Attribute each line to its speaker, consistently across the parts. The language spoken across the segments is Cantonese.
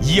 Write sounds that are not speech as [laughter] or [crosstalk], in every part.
Speaker 1: 以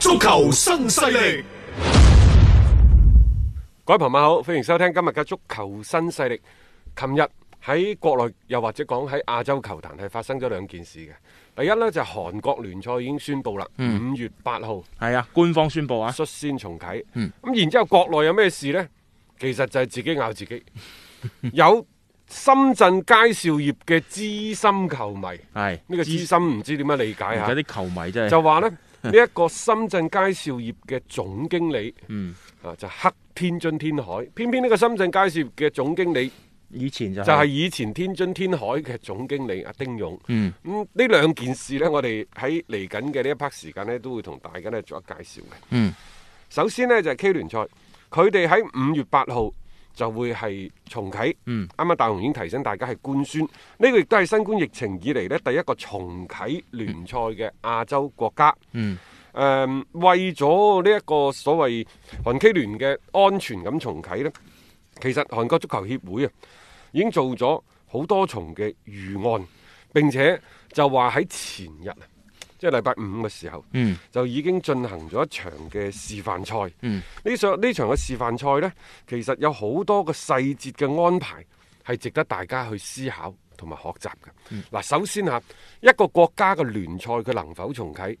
Speaker 1: 足球新勢力，
Speaker 2: 各位朋友好，歡迎收聽今日嘅足球新勢力。琴日喺國內又或者講喺亞洲球壇係發生咗兩件事嘅。第一呢，就係韓國聯賽已經宣布啦，五、月八號
Speaker 3: 嗯係啊，官方宣布啊，嗯
Speaker 2: 率先重啟。咁、然之後國內有咩事呢？其實就係自己咬
Speaker 3: [laughs]
Speaker 2: 自己。有深圳佳兆業嘅資深球迷，呢、
Speaker 3: 係
Speaker 2: 個資深唔知點樣理解啊
Speaker 3: 而家。
Speaker 2: 吓
Speaker 3: 啲球迷真係
Speaker 2: 就話呢，呢一個深圳佳兆業嘅總經理，啊就黑天津天海，偏偏呢個深圳佳兆業嘅總經理
Speaker 3: 以前就
Speaker 2: 就係以前天津天海嘅總經理阿丁勇。
Speaker 3: 嗯
Speaker 2: 咁呢兩件事呢，我哋喺嚟緊嘅呢一 part 時間呢，都會同大家呢作一介紹嘅。
Speaker 3: 嗯
Speaker 2: 首先呢，就係、K 聯賽，佢哋喺五月八號。就會係重啟，
Speaker 3: 嗯
Speaker 2: 啱啱大雄已經提醒大家係官宣，呢、個亦都係新冠疫情以嚟呢第一個重啟聯賽嘅亞洲國家。
Speaker 3: 嗯
Speaker 2: 誒、為咗呢一個所謂韓 K 聯嘅安全咁重啟呢，其實韓國足球協會啊已經做咗好多重嘅預案，並且就話喺前日啊，即係禮拜五嘅時候，
Speaker 3: 嗯
Speaker 2: 就已經進行咗一場嘅示範賽。
Speaker 3: 嗯
Speaker 2: 呢場呢場嘅示範賽呢，其實有好多個細節嘅安排係值得大家去思考同埋學習嘅。
Speaker 3: 嗯
Speaker 2: 嗱、首先嚇一個國家嘅聯賽佢能否重啟，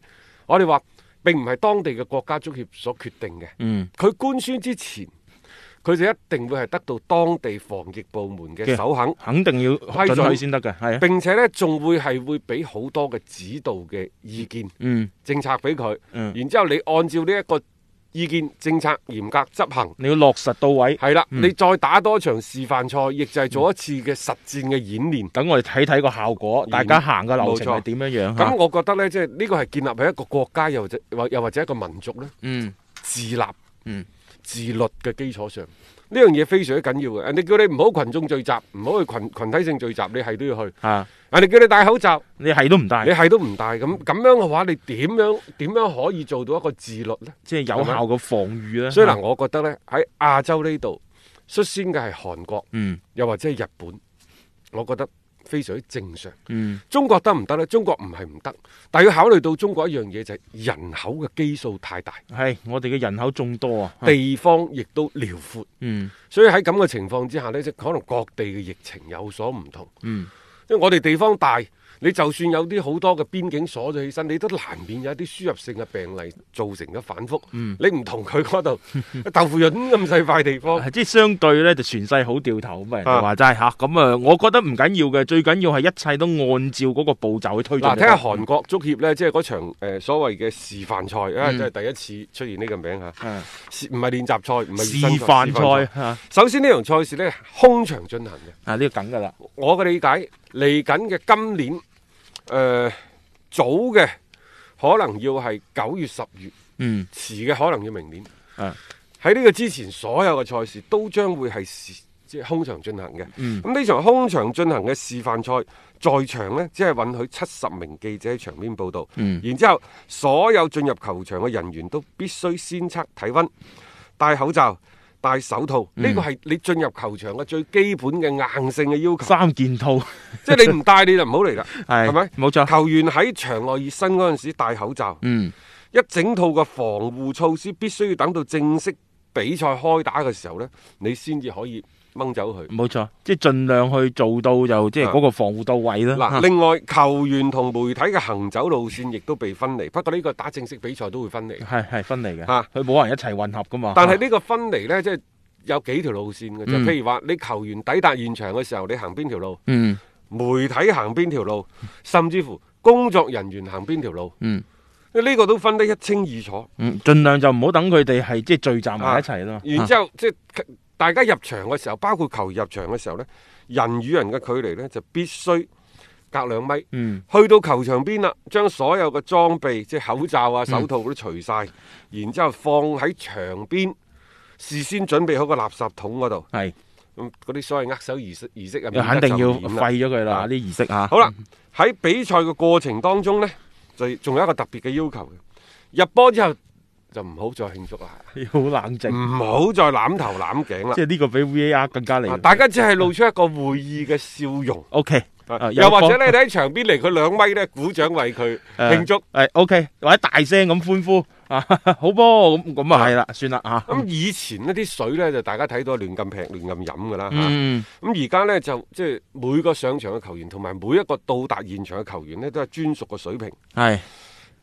Speaker 2: 我哋話並唔係當地嘅國家足協所決定嘅。
Speaker 3: 嗯
Speaker 2: 佢官宣之前，佢就一定會係得到當地防疫部門嘅
Speaker 3: 嘅
Speaker 2: 首肯。
Speaker 3: 肯定要
Speaker 2: 批
Speaker 3: 準
Speaker 2: 准
Speaker 3: 許先得嘅，係啊，
Speaker 2: 並且呢，仲會係會俾好多嘅指導嘅意見
Speaker 3: 嗯
Speaker 2: 政策俾佢，
Speaker 3: 嗯
Speaker 2: 然之後你按照呢一個意見政策嚴格執行，
Speaker 3: 你要落實到位，
Speaker 2: 係啦，
Speaker 3: 嗯
Speaker 2: 你再打多場示範賽，亦就係做一次嘅實戰嘅演練。
Speaker 3: 等我哋睇睇個效果，大家行嘅流程
Speaker 2: 嗯冇
Speaker 3: 係
Speaker 2: 錯
Speaker 3: 點樣樣
Speaker 2: 咁
Speaker 3: 嚇，
Speaker 2: 我覺得呢，即係呢個係建立喺一個國家又或者或又或者一個民族呢，
Speaker 3: 嗯
Speaker 2: 自立、
Speaker 3: 嗯
Speaker 2: 自律嘅基礎上，呢樣嘢非常之緊要嘅。人哋叫你唔好群眾聚集，唔好去群群體性聚集，你係都要去。
Speaker 3: 嚇，
Speaker 2: 人哋叫你戴口罩，
Speaker 3: 你係都唔
Speaker 2: 你
Speaker 3: 帶，
Speaker 2: 係都唔戴。咁咁樣嘅話，你點樣點樣可以做到一個自律呢？
Speaker 3: 即係有效嘅防禦咧。
Speaker 2: 所以嗱，
Speaker 3: 嚇，
Speaker 2: 我覺得呢，喺亞洲呢度率先嘅係韓國，
Speaker 3: 嗯
Speaker 2: 又或者係日本，我覺得非常之正常。
Speaker 3: 嗯
Speaker 2: 中國得唔得呢？中國唔係唔得，但係要考慮到中國一樣嘢就係人口嘅基數太大，
Speaker 3: 係，我哋嘅人口眾多啊，嚇
Speaker 2: 地方亦都遼闊，
Speaker 3: 嗯
Speaker 2: 所以喺咁嘅情況之下呢，即係可能各地嘅疫情有所唔同。
Speaker 3: 嗯
Speaker 2: 因為我哋地方大，你就算有啲好多嘅邊境鎖咗起身，你都難免有一啲輸入性嘅病例造成嘅反覆。你唔同佢嗰度 [laughs] 豆腐潤咁細塊地方，
Speaker 3: 係即係相對咧就全世好掉頭咁啊，人哋話齋嚇，咁啊，我覺得唔緊要嘅，最緊要係一切都按照嗰個步驟去推進。
Speaker 2: 嗱，睇下韓國足協呢，即係嗰場誒、呃所謂嘅示範賽啊，
Speaker 3: 嗯
Speaker 2: 即係第一次出現呢個名嚇，
Speaker 3: 嗯
Speaker 2: 示唔係練習賽，唔係熱
Speaker 3: 示
Speaker 2: 身賽
Speaker 3: 範
Speaker 2: 示範
Speaker 3: 賽嚇。啊
Speaker 2: 首先呢場賽事呢，空場進行嘅，
Speaker 3: 啊，呢個梗噶啦，
Speaker 2: 我嘅理解嚟緊嘅今年，誒、呃早嘅可能要係九月、十月，
Speaker 3: 嗯，
Speaker 2: 遲嘅可能要明年。
Speaker 3: 啊
Speaker 2: 喺呢個之前，所有嘅賽事都將會係示即係空場進行嘅。
Speaker 3: 嗯
Speaker 2: 咁呢場空場進行嘅示範賽，在場呢，只係允許七十名記者喺場邊報道。
Speaker 3: 嗯
Speaker 2: 然之後，所有進入球場嘅人員都必須先測體温、戴口罩、戴手套。
Speaker 3: 嗯
Speaker 2: 呢個係你進入球場嘅最基本嘅硬性嘅
Speaker 3: [laughs]
Speaker 2: 要求。
Speaker 3: 三件套
Speaker 2: 即係你唔戴你就唔好嚟啦，
Speaker 3: 係
Speaker 2: 係咪？
Speaker 3: 冇錯
Speaker 2: 球員喺場內熱身嗰陣時戴口罩。
Speaker 3: 嗯，
Speaker 2: 一整套嘅防護措施必須要等到正式比賽開打嘅時候呢，你先至可以掹走佢。
Speaker 3: 冇錯，即係盡量去做到就即係嗰個防護到位啦。
Speaker 2: 嗱，
Speaker 3: 啊
Speaker 2: 另外球員同媒體嘅行走路線亦都被分離，不過呢個打正式比賽都會分離。
Speaker 3: 係係分離嘅，
Speaker 2: 啊
Speaker 3: 佢冇可能一齊混合噶嘛。啊
Speaker 2: 但係
Speaker 3: 呢
Speaker 2: 呢個分離呢，即係有幾條路線嘅，就
Speaker 3: 嗯
Speaker 2: 譬如話你球員抵達現場嘅時候，你行邊條路，
Speaker 3: 嗯
Speaker 2: 媒體行邊條路，甚至乎工作人員行邊條路，
Speaker 3: 嗯
Speaker 2: 呢個都分得一清二楚。
Speaker 3: 嗯，盡量就唔好等佢哋係即係聚集埋一齊咯。啊
Speaker 2: 然之後即係大家入場嘅時候，包括球員入場嘅時候呢，人與人嘅距離呢，就必須隔兩米。
Speaker 3: 嗯
Speaker 2: 去到球場邊啦，啊將所有嘅裝備，即係口罩啊、
Speaker 3: 嗯
Speaker 2: 手套嗰啲除晒，然之後放喺場邊，事先準備好個垃圾桶嗰度。
Speaker 3: 係，
Speaker 2: 咁嗰啲所謂握手儀式儀式啊，
Speaker 3: 又肯定要
Speaker 2: 免得就唔染啦
Speaker 3: 廢咗佢啦啲儀式啊。
Speaker 2: 好啦，喺比賽嘅過程當中呢，就仲有一個特別嘅要求嘅，入波之後就唔好再慶祝啦，
Speaker 3: [laughs] 要好冷靜，
Speaker 2: 唔好再攬頭攬頸啦
Speaker 3: 即。係呢個比 VAR 更加
Speaker 2: 啊
Speaker 3: 嚟。
Speaker 2: 大家只係露出一個會意嘅笑容，
Speaker 3: O K，
Speaker 2: 啊又或者呢，你喺場邊離佢兩米呢，鼓掌為佢慶祝。
Speaker 3: 誒 O K，或者大聲咁歡呼啊，好波咁咁啊係啦，算啦啊。
Speaker 2: 咁以前呢啲水呢，就大家睇到係亂咁劈、亂咁飲噶啦嚇
Speaker 3: 嗯，
Speaker 2: 咁而家呢，就即係每個上場嘅球員同埋每一個到達現場嘅球員呢，都係專屬嘅水平，
Speaker 3: 係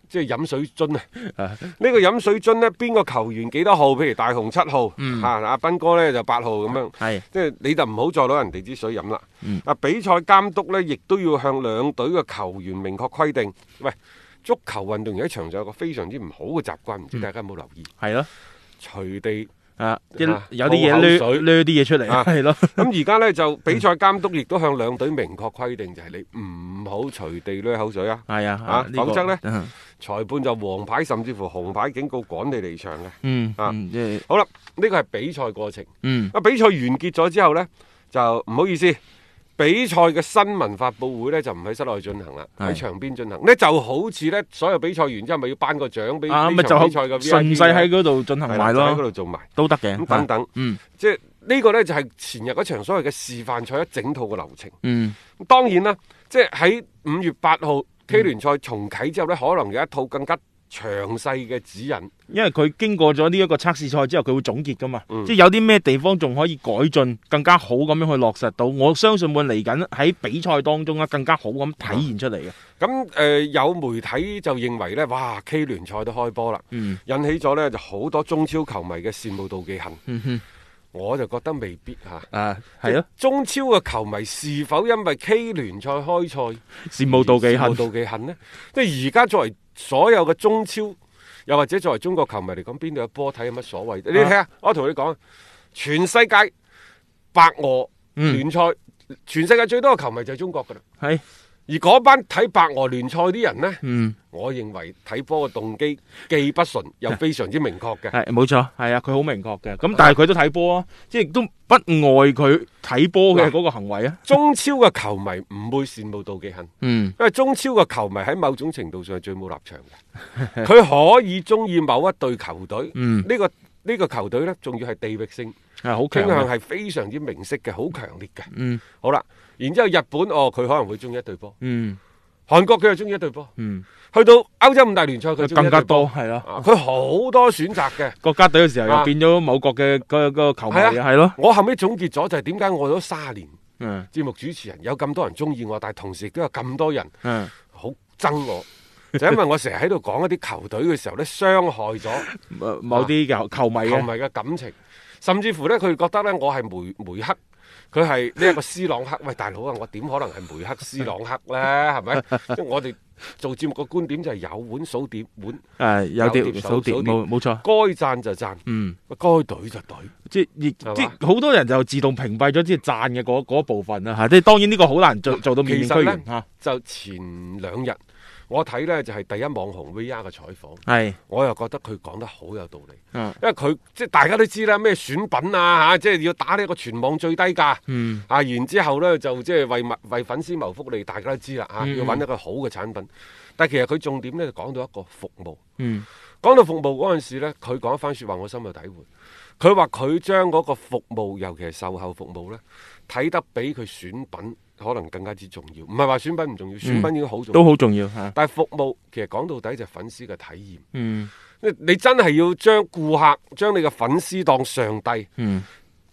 Speaker 2: 即係飲水樽啊！呢個飲水樽呢，邊個球員幾多號？譬如大雄七號，嚇、阿斌哥呢就八號咁樣。
Speaker 3: 係
Speaker 2: 即係你就唔好再攞人哋支水飲啦。啊，比賽監督呢，亦都要向兩隊嘅球員明確規定，喂，足球運動員喺場上有個非常之唔好嘅習慣，唔知大家有冇留意？
Speaker 3: 係咯
Speaker 2: 隨地
Speaker 3: 啊，即係
Speaker 2: 啊
Speaker 3: 有啲
Speaker 2: 吐口
Speaker 3: 嘢
Speaker 2: 水
Speaker 3: 攣攣啲嘢出嚟
Speaker 2: 啊
Speaker 3: 係咯。
Speaker 2: 咁而家呢，就比賽監督亦都向兩隊明確規定，就係你唔好隨地濺口水啊！
Speaker 3: 係啊，
Speaker 2: 啊
Speaker 3: 個
Speaker 2: 否則呢裁判就黃牌甚至乎紅牌警告趕你離場嘅。
Speaker 3: 嗯
Speaker 2: 啊
Speaker 3: 嗯即係
Speaker 2: 好啦，呢個係比賽過程。
Speaker 3: 嗯
Speaker 2: 啊，比賽完結咗之後呢，就唔好意思，比賽嘅新聞發佈會呢，就唔喺室內進行啦，
Speaker 3: 係
Speaker 2: 喺場邊進行。呢就好似呢，所有比賽完之後咪要頒個獎俾
Speaker 3: 啊
Speaker 2: 呢
Speaker 3: 咪就
Speaker 2: 場比賽嘅 VIP
Speaker 3: 順勢喺嗰度進行
Speaker 2: 啊係啦
Speaker 3: 埋
Speaker 2: 就喺嗰
Speaker 3: 咯，
Speaker 2: 度做埋。
Speaker 3: 都得嘅。
Speaker 2: 咁等等，
Speaker 3: 嗯
Speaker 2: 即係呢個呢，就係前日嗰場所謂嘅示範賽一整套嘅流程。
Speaker 3: 嗯
Speaker 2: 咁當然啦，即係喺五月八號 K 聯賽重啟之後呢，可能有一套更加詳細嘅指引。
Speaker 3: 因為佢經過咗呢一個測試賽之後，佢會總結噶嘛，
Speaker 2: 嗯
Speaker 3: 即係有啲咩地方仲可以改進，更加好咁樣去落實到。我相信會嚟緊喺比賽當中咧，啊更加好咁體現出嚟嘅。
Speaker 2: 咁誒、呃有媒體就認為呢，哇 K 聯賽都開波啦，
Speaker 3: 嗯
Speaker 2: 引起咗呢就好多中超球迷嘅羨慕妒忌恨。
Speaker 3: 嗯哼，
Speaker 2: 我就覺得未必嚇。
Speaker 3: 啊係咯，
Speaker 2: 中超嘅球迷是否因為 K 聯賽開賽
Speaker 3: 羨慕妒忌
Speaker 2: 而
Speaker 3: 恨
Speaker 2: 羨慕。妒忌恨呢？即係而家作為所有嘅中超，又或者作為中國球迷嚟講，邊度有波睇有乜所謂？
Speaker 3: 啊
Speaker 2: 你睇下，我同你講，啊全世界白俄
Speaker 3: 嗯
Speaker 2: 聯賽，全世界最多嘅球迷就係中國㗎啦。
Speaker 3: 係
Speaker 2: 而嗰班睇白俄聯賽啲人呢，
Speaker 3: 嗯
Speaker 2: 我認為睇波嘅動機既不純
Speaker 3: [laughs]
Speaker 2: 又非常之明確嘅。
Speaker 3: 係冇錯，係啊，佢好明確嘅。咁但係佢都睇波啊，即係都不外佢睇波嘅嗰個行為啊。
Speaker 2: 中超嘅球迷唔會羨慕妒忌恨，
Speaker 3: 嗯
Speaker 2: 因為中超嘅球迷喺某種程度上係最冇立場
Speaker 3: [laughs]
Speaker 2: 嘅。佢可以中意某一隊球隊，呢、
Speaker 3: 嗯，
Speaker 2: 個呢、個球隊呢，仲要係地域性
Speaker 3: 係好
Speaker 2: 傾
Speaker 3: 強啊
Speaker 2: 向
Speaker 3: 嘅。
Speaker 2: 係非常之明晰嘅，好強烈嘅。
Speaker 3: 嗯
Speaker 2: 好啦，然之後日本哦，佢可能會中意一隊波，
Speaker 3: 嗯
Speaker 2: 韓國佢又中意一隊波，
Speaker 3: 嗯，
Speaker 2: 去到歐洲五大聯賽佢鍾意一
Speaker 3: 更加
Speaker 2: 隊波
Speaker 3: 多係咯。
Speaker 2: 啊佢好多選擇嘅。
Speaker 3: 國家隊嘅時候
Speaker 2: 啊
Speaker 3: 又變咗某國嘅個個球迷啊，
Speaker 2: 係啊
Speaker 3: 係咯。
Speaker 2: 我後尾總結咗就係點解我咗卅年
Speaker 3: 嗯
Speaker 2: 節目主持人，有咁多人中意我，但係同時亦都有咁多人。
Speaker 3: 嗯。
Speaker 2: 好憎我，就因為我成日喺度講一啲球隊嘅時候咧，傷害咗
Speaker 3: 某某啲球球迷
Speaker 2: 啊
Speaker 3: 啊
Speaker 2: 球迷
Speaker 3: 嘅，
Speaker 2: 嘅感情，甚至乎咧佢覺得咧我係梅梅克，佢係呢一個斯朗克。喂，大佬啊，我點可能係梅克斯朗克咧？係咪？即係我哋做節目嘅觀點就係有碗數碟碗，
Speaker 3: 誒有
Speaker 2: 有碟
Speaker 3: 啲
Speaker 2: 數
Speaker 3: 數碟
Speaker 2: 數碟
Speaker 3: 冇冇錯，
Speaker 2: 該讚就讚，
Speaker 3: 嗯，
Speaker 2: 該懟就懟。
Speaker 3: 即係亦
Speaker 2: 係嘛
Speaker 3: 即係好多人就自動屏蔽咗即係讚嘅嗰嗰一部分啦嚇，即係當然呢個好難做做到面面俱
Speaker 2: 啊其實呢嗯
Speaker 3: 圓嚇，
Speaker 2: 就前兩日我睇咧就係第一網紅 VR 嘅採訪，
Speaker 3: 係
Speaker 2: 我又覺得佢講得好有道理。
Speaker 3: 嗯
Speaker 2: 因為佢即係大家都知啦，咩選品啊嚇、即係要打呢一個全網最低價。
Speaker 3: 嗯
Speaker 2: 啊，然之後呢，就即係為物為粉絲謀福利，大家都知啦嚇，
Speaker 3: 嗯
Speaker 2: 要揾一個好嘅產品。但係其實佢重點呢，就講到一個服務。
Speaker 3: 嗯
Speaker 2: 講到服務嗰陣時咧，佢講一番説話，我深有體會。佢話佢將嗰個服務，尤其係售後服務呢，睇得比佢選品可能更加之重要。唔係話選品唔重要，
Speaker 3: 嗯
Speaker 2: 選品已經好重要。
Speaker 3: 都好重要嚇，
Speaker 2: 但係服務其實講到底就係粉絲嘅體驗。
Speaker 3: 嗯
Speaker 2: 你你真係要將顧客、將你嘅粉絲當上帝。
Speaker 3: 嗯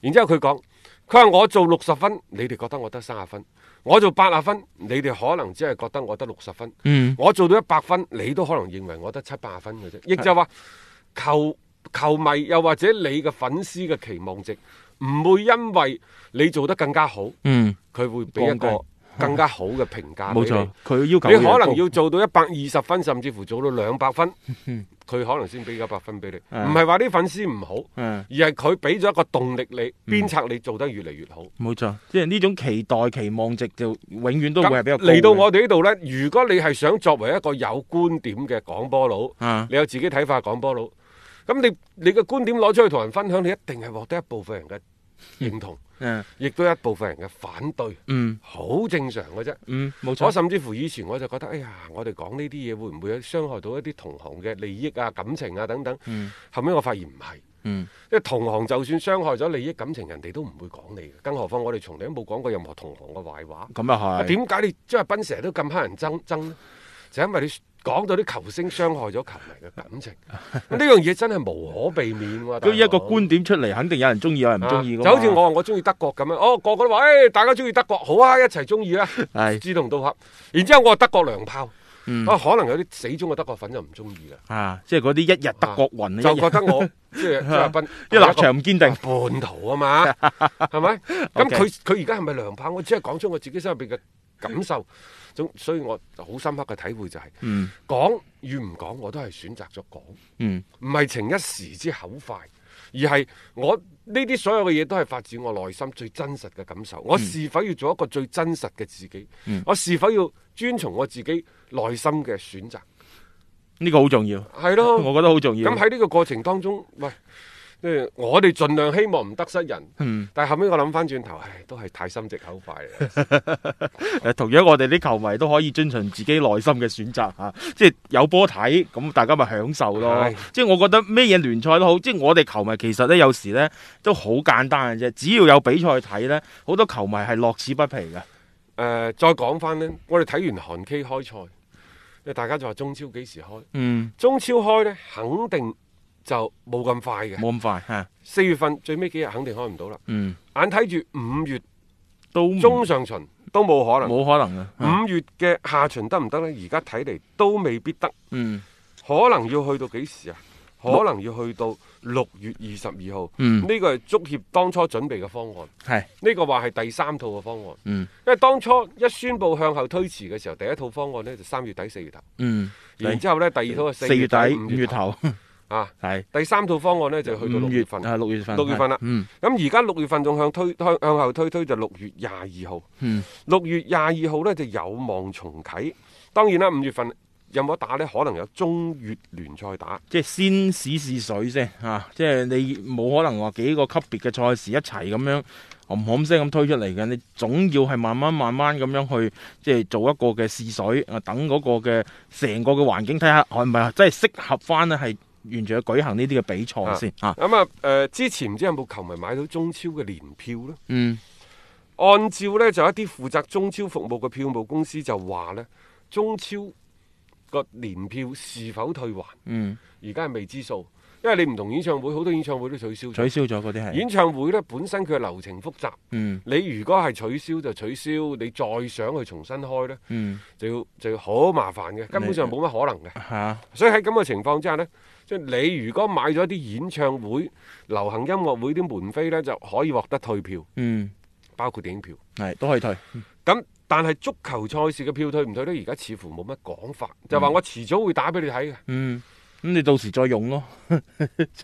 Speaker 2: 然之後佢講佢話我做六十分，你哋覺得我得三十分；我做八十分，你哋可能只係覺得我得六十分。
Speaker 3: 嗯
Speaker 2: 我做到一百分，你都可能認為我得七八分嘅啫。亦就話球球迷又或者你嘅粉絲嘅期望值，唔會因為你做得更加好，
Speaker 3: 嗯，
Speaker 2: 佢會俾一個
Speaker 3: 降
Speaker 2: 更加好嘅評價俾
Speaker 3: 冇
Speaker 2: 你。
Speaker 3: 錯，佢要求
Speaker 2: 你
Speaker 3: 越
Speaker 2: 可能
Speaker 3: 高
Speaker 2: 要做到一百二十分，甚至乎做到兩
Speaker 3: [laughs]
Speaker 2: 百分，佢可能先俾一百分俾你。
Speaker 3: 嗯
Speaker 2: 唔係話啲粉絲唔好，
Speaker 3: 嗯
Speaker 2: 而係佢俾咗一個動力你，鞭策你做得越嚟越好。
Speaker 3: 冇錯，即係呢種期待期望值就永遠都會係比較高
Speaker 2: 咁嚟到
Speaker 3: 嘅
Speaker 2: 我哋呢度呢，如果你係想作為一個有觀點嘅廣播佬，
Speaker 3: 啊
Speaker 2: 你有自己睇法嘅廣播佬，咁你你嘅觀點攞出去同人分享，你一定係獲得一部分人嘅
Speaker 3: [laughs]
Speaker 2: 認同，
Speaker 3: 嗯
Speaker 2: 亦都有一部分人嘅反對，
Speaker 3: 嗯
Speaker 2: 好正常嘅啫。
Speaker 3: 嗯冇
Speaker 2: 我
Speaker 3: 錯，
Speaker 2: 甚至乎以前我就覺得，哎呀，我哋講呢啲嘢會唔會傷害到一啲同行嘅利益啊、感情啊等等？後尾我發現唔係，
Speaker 3: 嗯
Speaker 2: 因為同行就算傷害咗利益感情，人哋都唔會講你嘅，更何況我哋從嚟都冇講過任何同行嘅壞話。
Speaker 3: 咁啊
Speaker 2: 啊
Speaker 3: 係
Speaker 2: 點解你張達斌成日都咁乞人憎
Speaker 3: [laughs]
Speaker 2: 憎呢就因為你講到啲球星傷害咗球迷嘅感
Speaker 3: [laughs]
Speaker 2: 情，咁呢樣嘢真係無可避免喎。
Speaker 3: 佢一個
Speaker 2: 大佬
Speaker 3: 觀點出嚟，肯定有人中意，有人唔中意㗎嘛
Speaker 2: 啊就好似我話我中意德國咁樣，哦個個都話，誒、大家中意德國，好啊，一齊中意啦，
Speaker 3: 係
Speaker 2: 志同道合。然之後我話德國娘炮，
Speaker 3: 嗯
Speaker 2: 啊可能有啲死忠嘅德國粉就唔中意啦，
Speaker 3: 啊，即係嗰啲一日德國雲，
Speaker 2: 啊就
Speaker 3: 一日
Speaker 2: 覺得我即係張達斌
Speaker 3: 一立場唔堅定
Speaker 2: 係一個叛徒啊
Speaker 3: [laughs]
Speaker 2: 嘛，係咪？咁
Speaker 3: OK
Speaker 2: 佢佢而家係咪娘炮？我只係講出我自己心入邊嘅感受，總所以我好深刻嘅體會就係、
Speaker 3: 嗯
Speaker 2: 講與唔講，我都係選擇咗講。
Speaker 3: [laughs] 嗯
Speaker 2: 唔係情一時之口快，而係我呢啲所有嘅嘢都係發自我內心最真實嘅感
Speaker 3: 嗯
Speaker 2: 受。我是否要做一個最真實嘅自己？我是否要遵從我自己內心嘅
Speaker 3: [laughs]
Speaker 2: 選擇？
Speaker 3: 呢個好重要，
Speaker 2: 係咯，
Speaker 3: [laughs] 我覺得好重要。
Speaker 2: 咁喺呢個過程當中，喂，即係我哋盡量希望唔得失人，
Speaker 3: 嗯
Speaker 2: 但係後尾我諗翻轉頭，唉，都係太心直口
Speaker 3: [laughs]
Speaker 2: 快啦。
Speaker 3: 誒，同樣我哋啲球迷都可以遵循自己內心嘅選擇嚇，即係有波睇，咁大家咪享受咯
Speaker 2: 係。
Speaker 3: 即係我覺得咩嘢聯賽都好，即係我哋球迷其實咧有時咧都好簡單嘅啫，只要有比賽睇咧，好多球迷係樂此不疲嘅。
Speaker 2: 誒、再講翻呢，我哋睇完韓 K 開賽，因為大家就話中超幾時開？
Speaker 3: 嗯，
Speaker 2: 中超開呢，肯定就冇咁快嘅。
Speaker 3: [laughs] 冇咁快嚇。
Speaker 2: 四月份最尾幾日肯定開唔到啦，
Speaker 3: 嗯，
Speaker 2: 眼睇住五月
Speaker 3: 都唔
Speaker 2: 中上旬都冇可能，
Speaker 3: 冇可能啊。
Speaker 2: 五月嘅下旬得唔得呢？而家睇嚟都未必得，
Speaker 3: 嗯
Speaker 2: 可能要去到幾時啊？可能要去到六月二十二號，
Speaker 3: 嗯
Speaker 2: 呢個係足協當初準備嘅方案，
Speaker 3: 係
Speaker 2: 呢個話係第三套嘅方案，
Speaker 3: 嗯
Speaker 2: 因為當初一宣布向後推遲嘅時候，第一套方案呢就三月底四月頭，
Speaker 3: 嗯，
Speaker 2: 然之後呢，第二套係
Speaker 3: 四
Speaker 2: 月
Speaker 3: 月
Speaker 2: 底
Speaker 3: 底
Speaker 2: 五
Speaker 3: 五月頭 [laughs]
Speaker 2: 啊，
Speaker 3: 係
Speaker 2: 第三套方案呢就去到六
Speaker 3: 五
Speaker 2: 月
Speaker 3: 月
Speaker 2: 份，
Speaker 3: 啊六月份
Speaker 2: 六月份啦
Speaker 3: 係嗯
Speaker 2: 咁而家六月份仲向推向向後推推就六月廿二號，
Speaker 3: 嗯
Speaker 2: 六月廿二號呢就有望重啟。當然啦，五月份有冇得打呢？可能有中越聯賽打。
Speaker 3: 即係先試試水先嚇、啊即係你冇可能話幾個級別嘅賽事一齊咁樣冚冚聲咁推出嚟嘅，你總要係慢慢慢慢咁樣去即係做一個嘅試水啊，等嗰個嘅成個嘅環境睇下係咪真係適合翻咧，係完全去舉行呢啲嘅比賽先嚇、啊
Speaker 2: 咁啊，誒、之前唔知有冇球迷買到中超嘅年票呢？
Speaker 3: 嗯
Speaker 2: 按照呢，就一啲負責中超服務嘅票務公司就話呢，中超個年票是否退還，
Speaker 3: 嗯，
Speaker 2: 而家係未知數，因為你唔同演唱會，好多演唱會都取消咗。
Speaker 3: 取消咗嗰啲係
Speaker 2: 演唱會呢，本身佢嘅流程複雜。
Speaker 3: 嗯
Speaker 2: 你如果係取消就取消，你再想去重新開呢，
Speaker 3: 嗯
Speaker 2: 就要就要好麻煩嘅，根本上冇乜可能嘅。
Speaker 3: 嚇、啊
Speaker 2: 所以喺咁嘅情況之下呢，即係你如果買咗啲演唱會、流行音樂會啲門飛呢，就可以獲得退票，
Speaker 3: 嗯
Speaker 2: 包括電影票。
Speaker 3: 係都可以退
Speaker 2: 咁但係足球賽事嘅票退唔退呢？而家似乎冇乜講法，就話我遲早會打俾你睇嘅。
Speaker 3: 嗯，咁你到時再用咯， [laughs] 就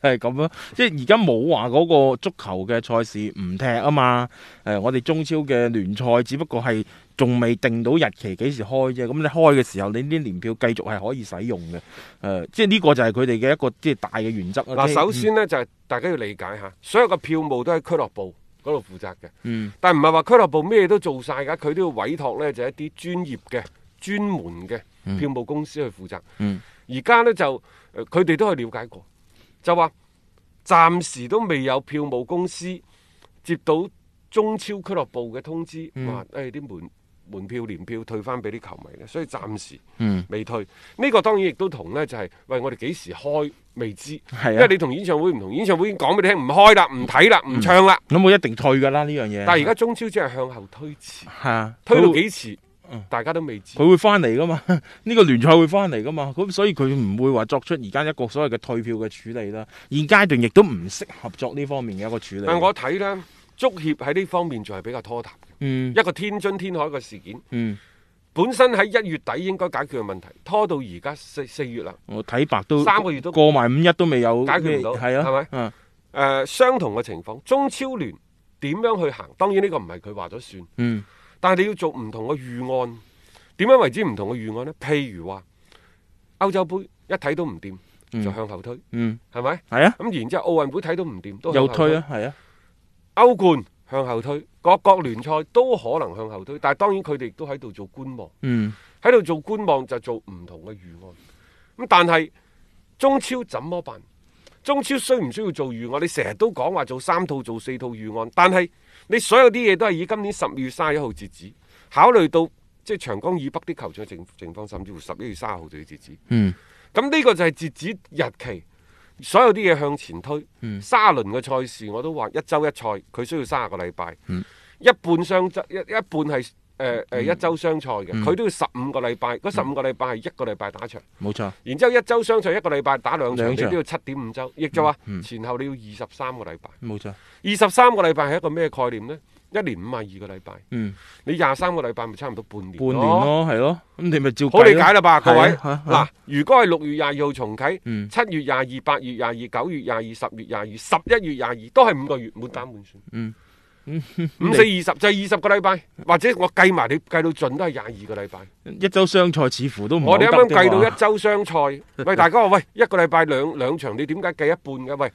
Speaker 3: 係咁咯。即係而家冇話嗰個足球嘅賽事唔踢啊嘛。誒、我哋中超嘅聯賽只不過係仲未定到日期幾時開啫。咁你開嘅時候，你呢啲年票繼續係可以使用嘅。誒、即係呢個就係佢哋嘅一個即係大嘅原則啦
Speaker 2: 嗱，
Speaker 3: 即係
Speaker 2: 首先呢，就係大家要理解下，所有嘅票務都喺俱樂部嗰度負責嘅。
Speaker 3: 嗯
Speaker 2: 但唔係話俱樂部咩都做晒㗎，佢都要委託呢，就一啲專業嘅、專門嘅票務公司去負責。
Speaker 3: 嗯
Speaker 2: 而家呢，就呃佢哋都去了解過，就話暫時都未有票
Speaker 3: 嗯
Speaker 2: 務公司接到中超俱樂部嘅通知，話誒啲門門票、年票退翻俾啲球迷呢？所以暫時
Speaker 3: 嗯
Speaker 2: 未退。呢、個當然亦都同呢，就係、喂我哋幾時開未知，
Speaker 3: 係啊
Speaker 2: 因為你同演唱會唔同，演唱會已經講俾你聽唔開啦、唔睇啦、唔唱啦。
Speaker 3: 咁我一定退噶啦呢樣嘢。
Speaker 2: 但係而家中超只係向後推遲，
Speaker 3: 係啊，
Speaker 2: 推到
Speaker 3: 佢
Speaker 2: 幾遲，
Speaker 3: 嗯
Speaker 2: 大家都未知。
Speaker 3: 佢會翻嚟噶嘛？ [laughs] 呢、個聯賽會翻嚟噶嘛？咁所以佢唔會話作出而家一個所謂嘅退票嘅處理啦。現階段亦都唔適合作呢方面嘅一個處理。
Speaker 2: 但我睇呢，足協喺呢方面仲係比較拖沓。
Speaker 3: 嗯
Speaker 2: 一個天津天海嘅事件，
Speaker 3: 嗯，
Speaker 2: 本身喺一月底應該解決嘅問題，拖到而家四四月啦。
Speaker 3: 我睇白都
Speaker 2: 三個月都
Speaker 3: 過埋五一都未有
Speaker 2: 解決唔到
Speaker 3: 係啊，
Speaker 2: 係咪
Speaker 3: 嗯
Speaker 2: 誒、相同嘅情況，中超聯點樣去行？當然呢個唔係佢話咗算，
Speaker 3: 嗯
Speaker 2: 但係你要做唔同嘅預案。點樣為之唔同嘅預案呢？譬如話歐洲杯一睇都唔掂，就向後推，
Speaker 3: 嗯，
Speaker 2: 係咪？
Speaker 3: 係啊，
Speaker 2: 咁然之後奧運會睇都唔掂，都向
Speaker 3: 又
Speaker 2: 後
Speaker 3: 退啊，係啊，
Speaker 2: 歐冠向後推，各國聯賽都可能向後推，但係當然佢哋亦都喺度做觀望，
Speaker 3: 嗯
Speaker 2: 喺度做觀望就做唔同嘅預案。咁但係中超怎麼辦？中超需唔需要做預案？你成日都講話做三套、做四套預案，但係你所有啲嘢都係以今年十二月三十一號截止，考慮到即係長江以北啲球場嘅情情況，甚至乎十一月三十號就要截止。
Speaker 3: 嗯
Speaker 2: 咁呢個就係截止日期，所有啲嘢向前推。
Speaker 3: 嗯
Speaker 2: 沙輪嘅賽事我都話一周一賽，佢需要三十個禮拜，
Speaker 3: 嗯
Speaker 2: 一半雙周一一半係誒誒一周雙賽嘅，
Speaker 3: 嗯
Speaker 2: 佢都要十五個禮拜。嗰十五個禮拜係一個禮拜打場，
Speaker 3: 冇錯，
Speaker 2: 然之後一周雙賽一個禮拜打兩場，
Speaker 3: 兩
Speaker 2: 你
Speaker 3: 場嗯
Speaker 2: 都要七點五周，亦就話前後你要二十三個禮拜。
Speaker 3: 冇錯，
Speaker 2: 二十三個禮拜係一個咩概念呢？一年五廿二個禮拜，
Speaker 3: 嗯，
Speaker 2: 你廿三個禮拜咪差唔多半年
Speaker 3: 半年咯，係咯，咁你咪照計
Speaker 2: 哦好
Speaker 3: 咯
Speaker 2: 理解啦吧，各位。
Speaker 3: 係啊係
Speaker 2: 嗱
Speaker 3: 啊，
Speaker 2: 如果係六月廿二號重啟，
Speaker 3: 嗯
Speaker 2: 七月廿二、八月廿二、九月廿二、十月廿二、十一月廿二，都係五個月滿打滿算。
Speaker 3: 嗯
Speaker 2: 五四二十就係二十個禮拜，或者我計埋你計到盡都係廿二個禮拜。
Speaker 3: 一周雙賽似乎都唔係
Speaker 2: 我哋
Speaker 3: 好
Speaker 2: 啱啱
Speaker 3: 得嘅
Speaker 2: 計到
Speaker 3: 話
Speaker 2: 一周雙賽，喂大家話喂一個禮拜兩兩場，你點解計一半嘅？喂，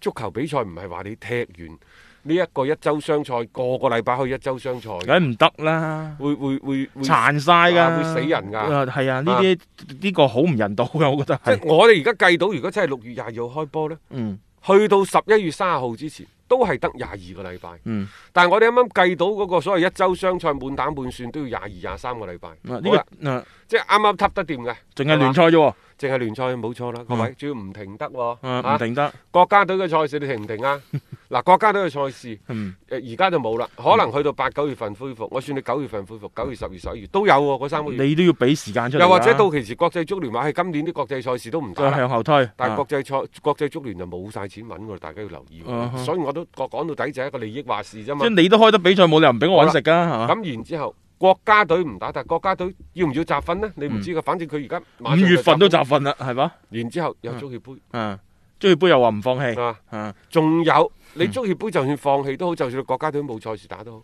Speaker 2: 足球比賽唔係話你踢完呢一個一周雙賽，個個禮拜可以一周雙賽嘅，
Speaker 3: 梗唔得啦。
Speaker 2: 會會會會
Speaker 3: 殘晒
Speaker 2: 啊
Speaker 3: 㗎，
Speaker 2: 會死人㗎
Speaker 3: 啊係啊，呢啲呢個好唔人道㗎，
Speaker 2: [laughs]
Speaker 3: 我覺得
Speaker 2: 即
Speaker 3: 係
Speaker 2: 係。我哋而家計到，如果真係六月廿二號開波呢。
Speaker 3: 嗯
Speaker 2: 去到十一月三十號之前，都係得廿二個禮拜。
Speaker 3: 嗯，
Speaker 2: 但係我哋啱啱計到嗰個所謂一周雙賽滿打滿算都要廿二廿三個禮拜。
Speaker 3: 啊呢
Speaker 2: 好啦
Speaker 3: 個啊
Speaker 2: 即係啱啱揼得掂嘅，
Speaker 3: 淨係聯
Speaker 2: 係嘛，
Speaker 3: 賽啫喎，
Speaker 2: 淨係聯賽冇錯啦，各位，仲要唔停得喎。
Speaker 3: 嗯啊唔
Speaker 2: 啊
Speaker 3: 停得。
Speaker 2: 國家隊嘅賽事你停唔
Speaker 3: [laughs]
Speaker 2: 停啊？嗱，國家隊嘅賽事，
Speaker 3: 嗯
Speaker 2: 誒而家就冇啦，可能去到八九月份恢復。我算你九月份恢復，九月、十月、十一月都有喎，嗰三個月。
Speaker 3: 你都要俾時間出嚟啦。
Speaker 2: 又或者到期時國際足聯話係今年啲國際賽事都唔打
Speaker 3: 再
Speaker 2: 啦。
Speaker 3: 向後推，
Speaker 2: 但係
Speaker 3: 啊
Speaker 2: 國際賽、國際足聯就冇晒錢揾喎，大家要留意喎。
Speaker 3: 啊哈
Speaker 2: 所以我都我講到底嗯就係一個利益話事啫嘛
Speaker 3: 即。係你都開得比賽，冇理由唔俾我揾食㗎，係嘛？
Speaker 2: 咁然之後，國家隊唔打，但係國家隊要唔要集訓呢？你唔嗯知嘅，反正佢而家馬
Speaker 3: 五
Speaker 2: 上就
Speaker 3: 月份都
Speaker 2: 集嗯
Speaker 3: 集
Speaker 2: 訓。
Speaker 3: 訓啦，係嘛？
Speaker 2: 然之後有足協杯
Speaker 3: 啊，足協杯又話唔放棄，
Speaker 2: 啊，
Speaker 3: 啊
Speaker 2: 仲有你足協杯就算放棄都好，就算國家隊冇賽事打都好，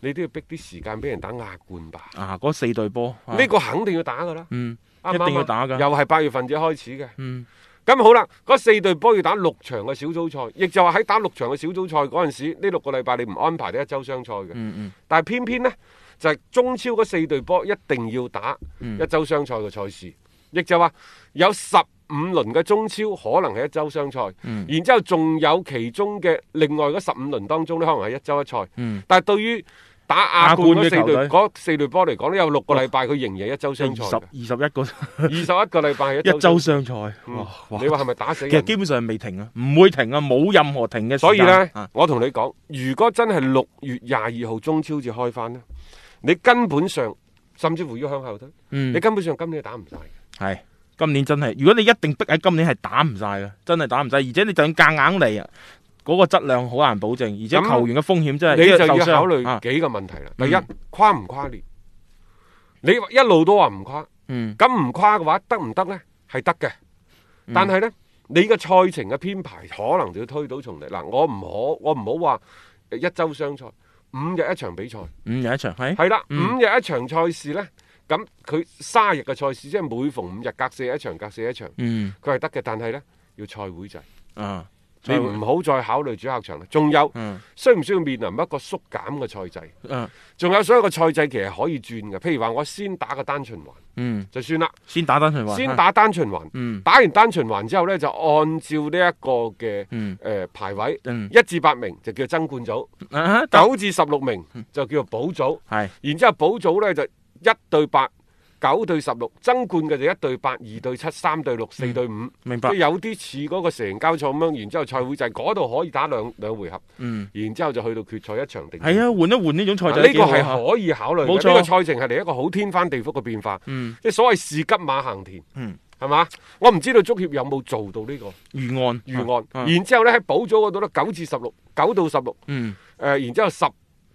Speaker 2: 你都要逼啲時間俾人打亞冠吧。
Speaker 3: 啊嗰四隊波，啊
Speaker 2: 呢個肯定要打㗎啦，
Speaker 3: 嗯
Speaker 2: 啱唔啱
Speaker 3: 一
Speaker 2: 啊
Speaker 3: 定要打㗎
Speaker 2: 又係八月份至開始嘅。
Speaker 3: 嗯
Speaker 2: 咁好啦，嗰四隊波要打六場嘅小組賽，亦就話喺打六場嘅小組賽嗰陣時，呢六個禮拜你唔安排呢一周雙賽嘅。
Speaker 3: 嗯嗯
Speaker 2: 但係偏偏呢，就係、中超嗰四隊波一定要打
Speaker 3: 嗯
Speaker 2: 一周雙賽嘅賽事，亦就話有十五輪嘅中超可能係一周雙賽，
Speaker 3: 嗯
Speaker 2: 然之後仲有其中嘅另外嗰十五輪當中呢，可能係一周一賽。
Speaker 3: 嗯，
Speaker 2: 但係對於打亞
Speaker 3: 亞冠
Speaker 2: 冠嗰
Speaker 3: 嘅
Speaker 2: 四
Speaker 3: 球隊
Speaker 2: 隊嗰四隊波嚟講呢有六個禮拜佢仍然係一周
Speaker 3: 即
Speaker 2: 雙
Speaker 3: 係
Speaker 2: 賽
Speaker 3: 二十
Speaker 2: 嘅，
Speaker 3: 二十一個
Speaker 2: 二十一個禮拜
Speaker 3: [laughs]
Speaker 2: 係
Speaker 3: 一
Speaker 2: 一周
Speaker 3: 周
Speaker 2: 雙賽。
Speaker 3: 雙賽，
Speaker 2: 嗯
Speaker 3: 哇哇
Speaker 2: 你話係咪打死
Speaker 3: 其實
Speaker 2: 人？
Speaker 3: 基本上係未停啊，唔會停啊，冇任何停嘅時間。
Speaker 2: 所以呢，
Speaker 3: 啊
Speaker 2: 我同你講，如果真係六月廿二號中超至開翻呢，你根本上甚至乎要向後推，
Speaker 3: 嗯
Speaker 2: 你，根本上今年打唔晒。
Speaker 3: 係今年真係，如果你一定逼喺今年係打唔晒嘅，真係打唔晒，而且你就算夾硬嚟啊，嗰、個質量好難保證，而且
Speaker 2: 咁
Speaker 3: 球員嘅風險真係
Speaker 2: 你
Speaker 3: 因
Speaker 2: 就
Speaker 3: 為
Speaker 2: 要
Speaker 3: 受傷
Speaker 2: 考慮
Speaker 3: 啊
Speaker 2: 幾個問題啦。
Speaker 3: 嗯
Speaker 2: 第一，跨唔跨年？你一路都話唔跨，
Speaker 3: 嗯
Speaker 2: 咁唔跨嘅話得唔得呢？係得嘅，但係呢，你嘅賽程嘅編排可能就要推倒重嚟。嗱，我唔可，我唔好話一周雙賽，五日一場比賽。
Speaker 3: 五日一場係
Speaker 2: 係啦，
Speaker 3: 嗯
Speaker 2: 五日一場賽事呢，咁佢三日嘅賽事，即係每逢五日隔四日一場，隔四日一場，
Speaker 3: 嗯
Speaker 2: 佢係得嘅。但係呢，要賽會制，
Speaker 3: 啊
Speaker 2: 你唔好再考慮主客場啦。仲有，需唔需要面臨一個縮減嘅賽制？
Speaker 3: 嗯
Speaker 2: 仲有所有個賽制其實可以轉嘅，譬如話我先打個單循環
Speaker 3: 嗯，
Speaker 2: 就算啦，
Speaker 3: 先打單循環，
Speaker 2: 先打單循環，
Speaker 3: 嗯
Speaker 2: 打完單循環之後呢，就按照呢一個嘅誒、
Speaker 3: 嗯
Speaker 2: 呃排位，
Speaker 3: 嗯
Speaker 2: 一至八名就叫爭冠組，
Speaker 3: 啊，打
Speaker 2: 九至十六名就叫做保組，
Speaker 3: 係
Speaker 2: 然之後保組呢，就一對八。九對十六，爭冠嘅就一對八、二對七、三對六、四對五，
Speaker 3: 嗯明白
Speaker 2: 即係有啲似嗰個成交賽咁樣，然之後賽會制嗰度可以打兩兩回合，
Speaker 3: 嗯
Speaker 2: 然之後就去到決賽一場定。
Speaker 3: 係啊，換一換呢種賽制
Speaker 2: 呢
Speaker 3: 幾
Speaker 2: 個
Speaker 3: 好啊，
Speaker 2: 係可以考慮嘅，
Speaker 3: 冇錯
Speaker 2: 呢個賽程係嚟一個好天翻地覆嘅變化，
Speaker 3: 嗯
Speaker 2: 即係所謂士急馬行田，
Speaker 3: 嗯
Speaker 2: 係嘛？我唔知道足協有冇做到呢個
Speaker 3: 預案
Speaker 2: 預
Speaker 3: 啊
Speaker 2: 案，然之後呢，喺保組嗰度呢，九至十六，九到十六，
Speaker 3: 嗯
Speaker 2: 誒，然之後十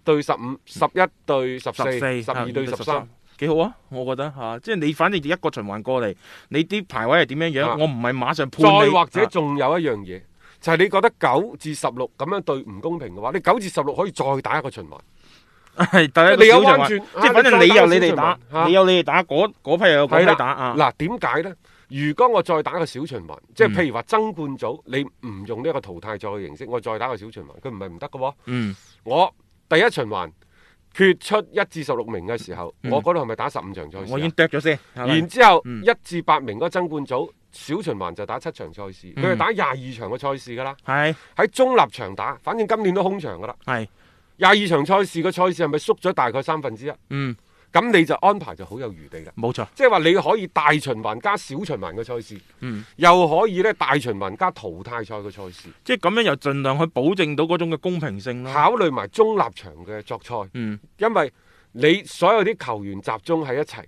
Speaker 2: 對十五，十一對十
Speaker 3: 十
Speaker 2: 四，
Speaker 3: 四
Speaker 2: 十二對十三。。
Speaker 3: 幾好啊！我覺得嚇、啊即係你反正一個循環過嚟，你啲排位係點樣樣，
Speaker 2: 啊
Speaker 3: 我唔係馬上判
Speaker 2: 再
Speaker 3: 你。
Speaker 2: 或者
Speaker 3: 啊
Speaker 2: 仲有一樣嘢，就係你覺得九至十六咁樣對唔公平嘅話，你九至十六可以再打一個循環。
Speaker 3: 係第一個
Speaker 2: 你有
Speaker 3: 小循環
Speaker 2: 彎轉
Speaker 3: 即係
Speaker 2: 啊
Speaker 3: 反正
Speaker 2: 你
Speaker 3: 你
Speaker 2: 再
Speaker 3: 有你
Speaker 2: 打個小
Speaker 3: 哋
Speaker 2: 循
Speaker 3: 打
Speaker 2: 環啊，
Speaker 3: 你有你哋打，嗰嗰批又有嗰
Speaker 2: 係啦
Speaker 3: 批打啊。嗯
Speaker 2: 嗱，點解呢？如果我再打個小循環，即係譬如話爭冠組，你唔用呢一個淘汰賽嘅形式，我再打個小循環，佢唔係唔得嘅喎。
Speaker 3: 嗯，
Speaker 2: 我第一循環決出一至十六名嘅時候，我嗰度係咪打十五場賽事啊？
Speaker 3: 嗯我已經剁咗先。係咪
Speaker 2: 然之後
Speaker 3: 嗯
Speaker 2: 一至八名嗰個爭冠組小循環就打七場賽事，佢係
Speaker 3: 嗯
Speaker 2: 打廿二場嘅賽事㗎啦，
Speaker 3: 係
Speaker 2: 喺中立場打，反正今年都空場㗎啦。
Speaker 3: 係
Speaker 2: 廿二場賽事嘅賽事係咪縮咗大概三分之一？
Speaker 3: 嗯，
Speaker 2: 咁你就安排就好有餘地啦。
Speaker 3: 冇錯。
Speaker 2: 即係話你可以大循環加小循環嘅賽事，
Speaker 3: 嗯
Speaker 2: 又可以咧大循環加淘汰賽嘅賽事，
Speaker 3: 即係咁樣又盡量去保證到嗰種嘅公平性咯。
Speaker 2: 考慮埋中立場嘅作賽，
Speaker 3: 嗯
Speaker 2: 因為你所有啲球員集中喺一齊，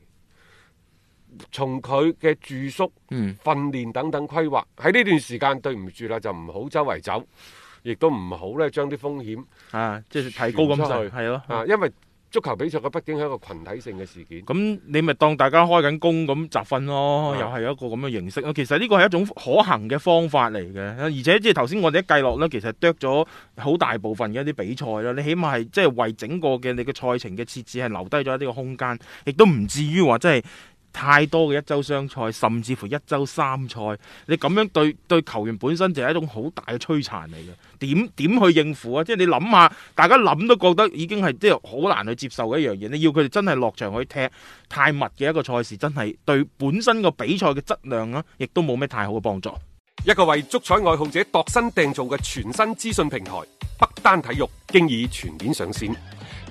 Speaker 2: 從佢嘅住宿、
Speaker 3: 嗯
Speaker 2: 訓練等等規劃，喺呢段時間對唔住啦，就唔好周圍走，亦都唔好咧將啲風險
Speaker 3: 啊，即係提高咁
Speaker 2: 傳
Speaker 3: 滯
Speaker 2: 出去
Speaker 3: 係咯。
Speaker 2: 啊，因為足球比賽佢畢竟係一個群體性嘅事件。
Speaker 3: 咁你咪當大家開緊工咁集訓咯，
Speaker 2: 啊
Speaker 3: 又係一個咁嘅形式咯。其實呢個係一種可行嘅方法嚟嘅，而且即係頭先我哋一計落咧，其實剁咗好大部分嘅一啲比賽啦。你起碼係即係為整個嘅你嘅賽程嘅設置係留低咗一啲嘅空間，亦都唔至於話即係。太多嘅一周雙賽，甚至乎一周三賽，你咁樣對對球員本身就係一種好大嘅摧殘嚟嘅。點點去應付啊？即係你諗下，大家諗都覺得已經係即係好難去接受嘅一樣嘢。你要佢哋真係落場去踢太密嘅一個賽事，真係對本身個比賽嘅質量啊，亦都冇咩太好嘅幫助。
Speaker 2: 一個為足彩愛好者度身訂造嘅全新資訊平台北單體育，經已全面上線。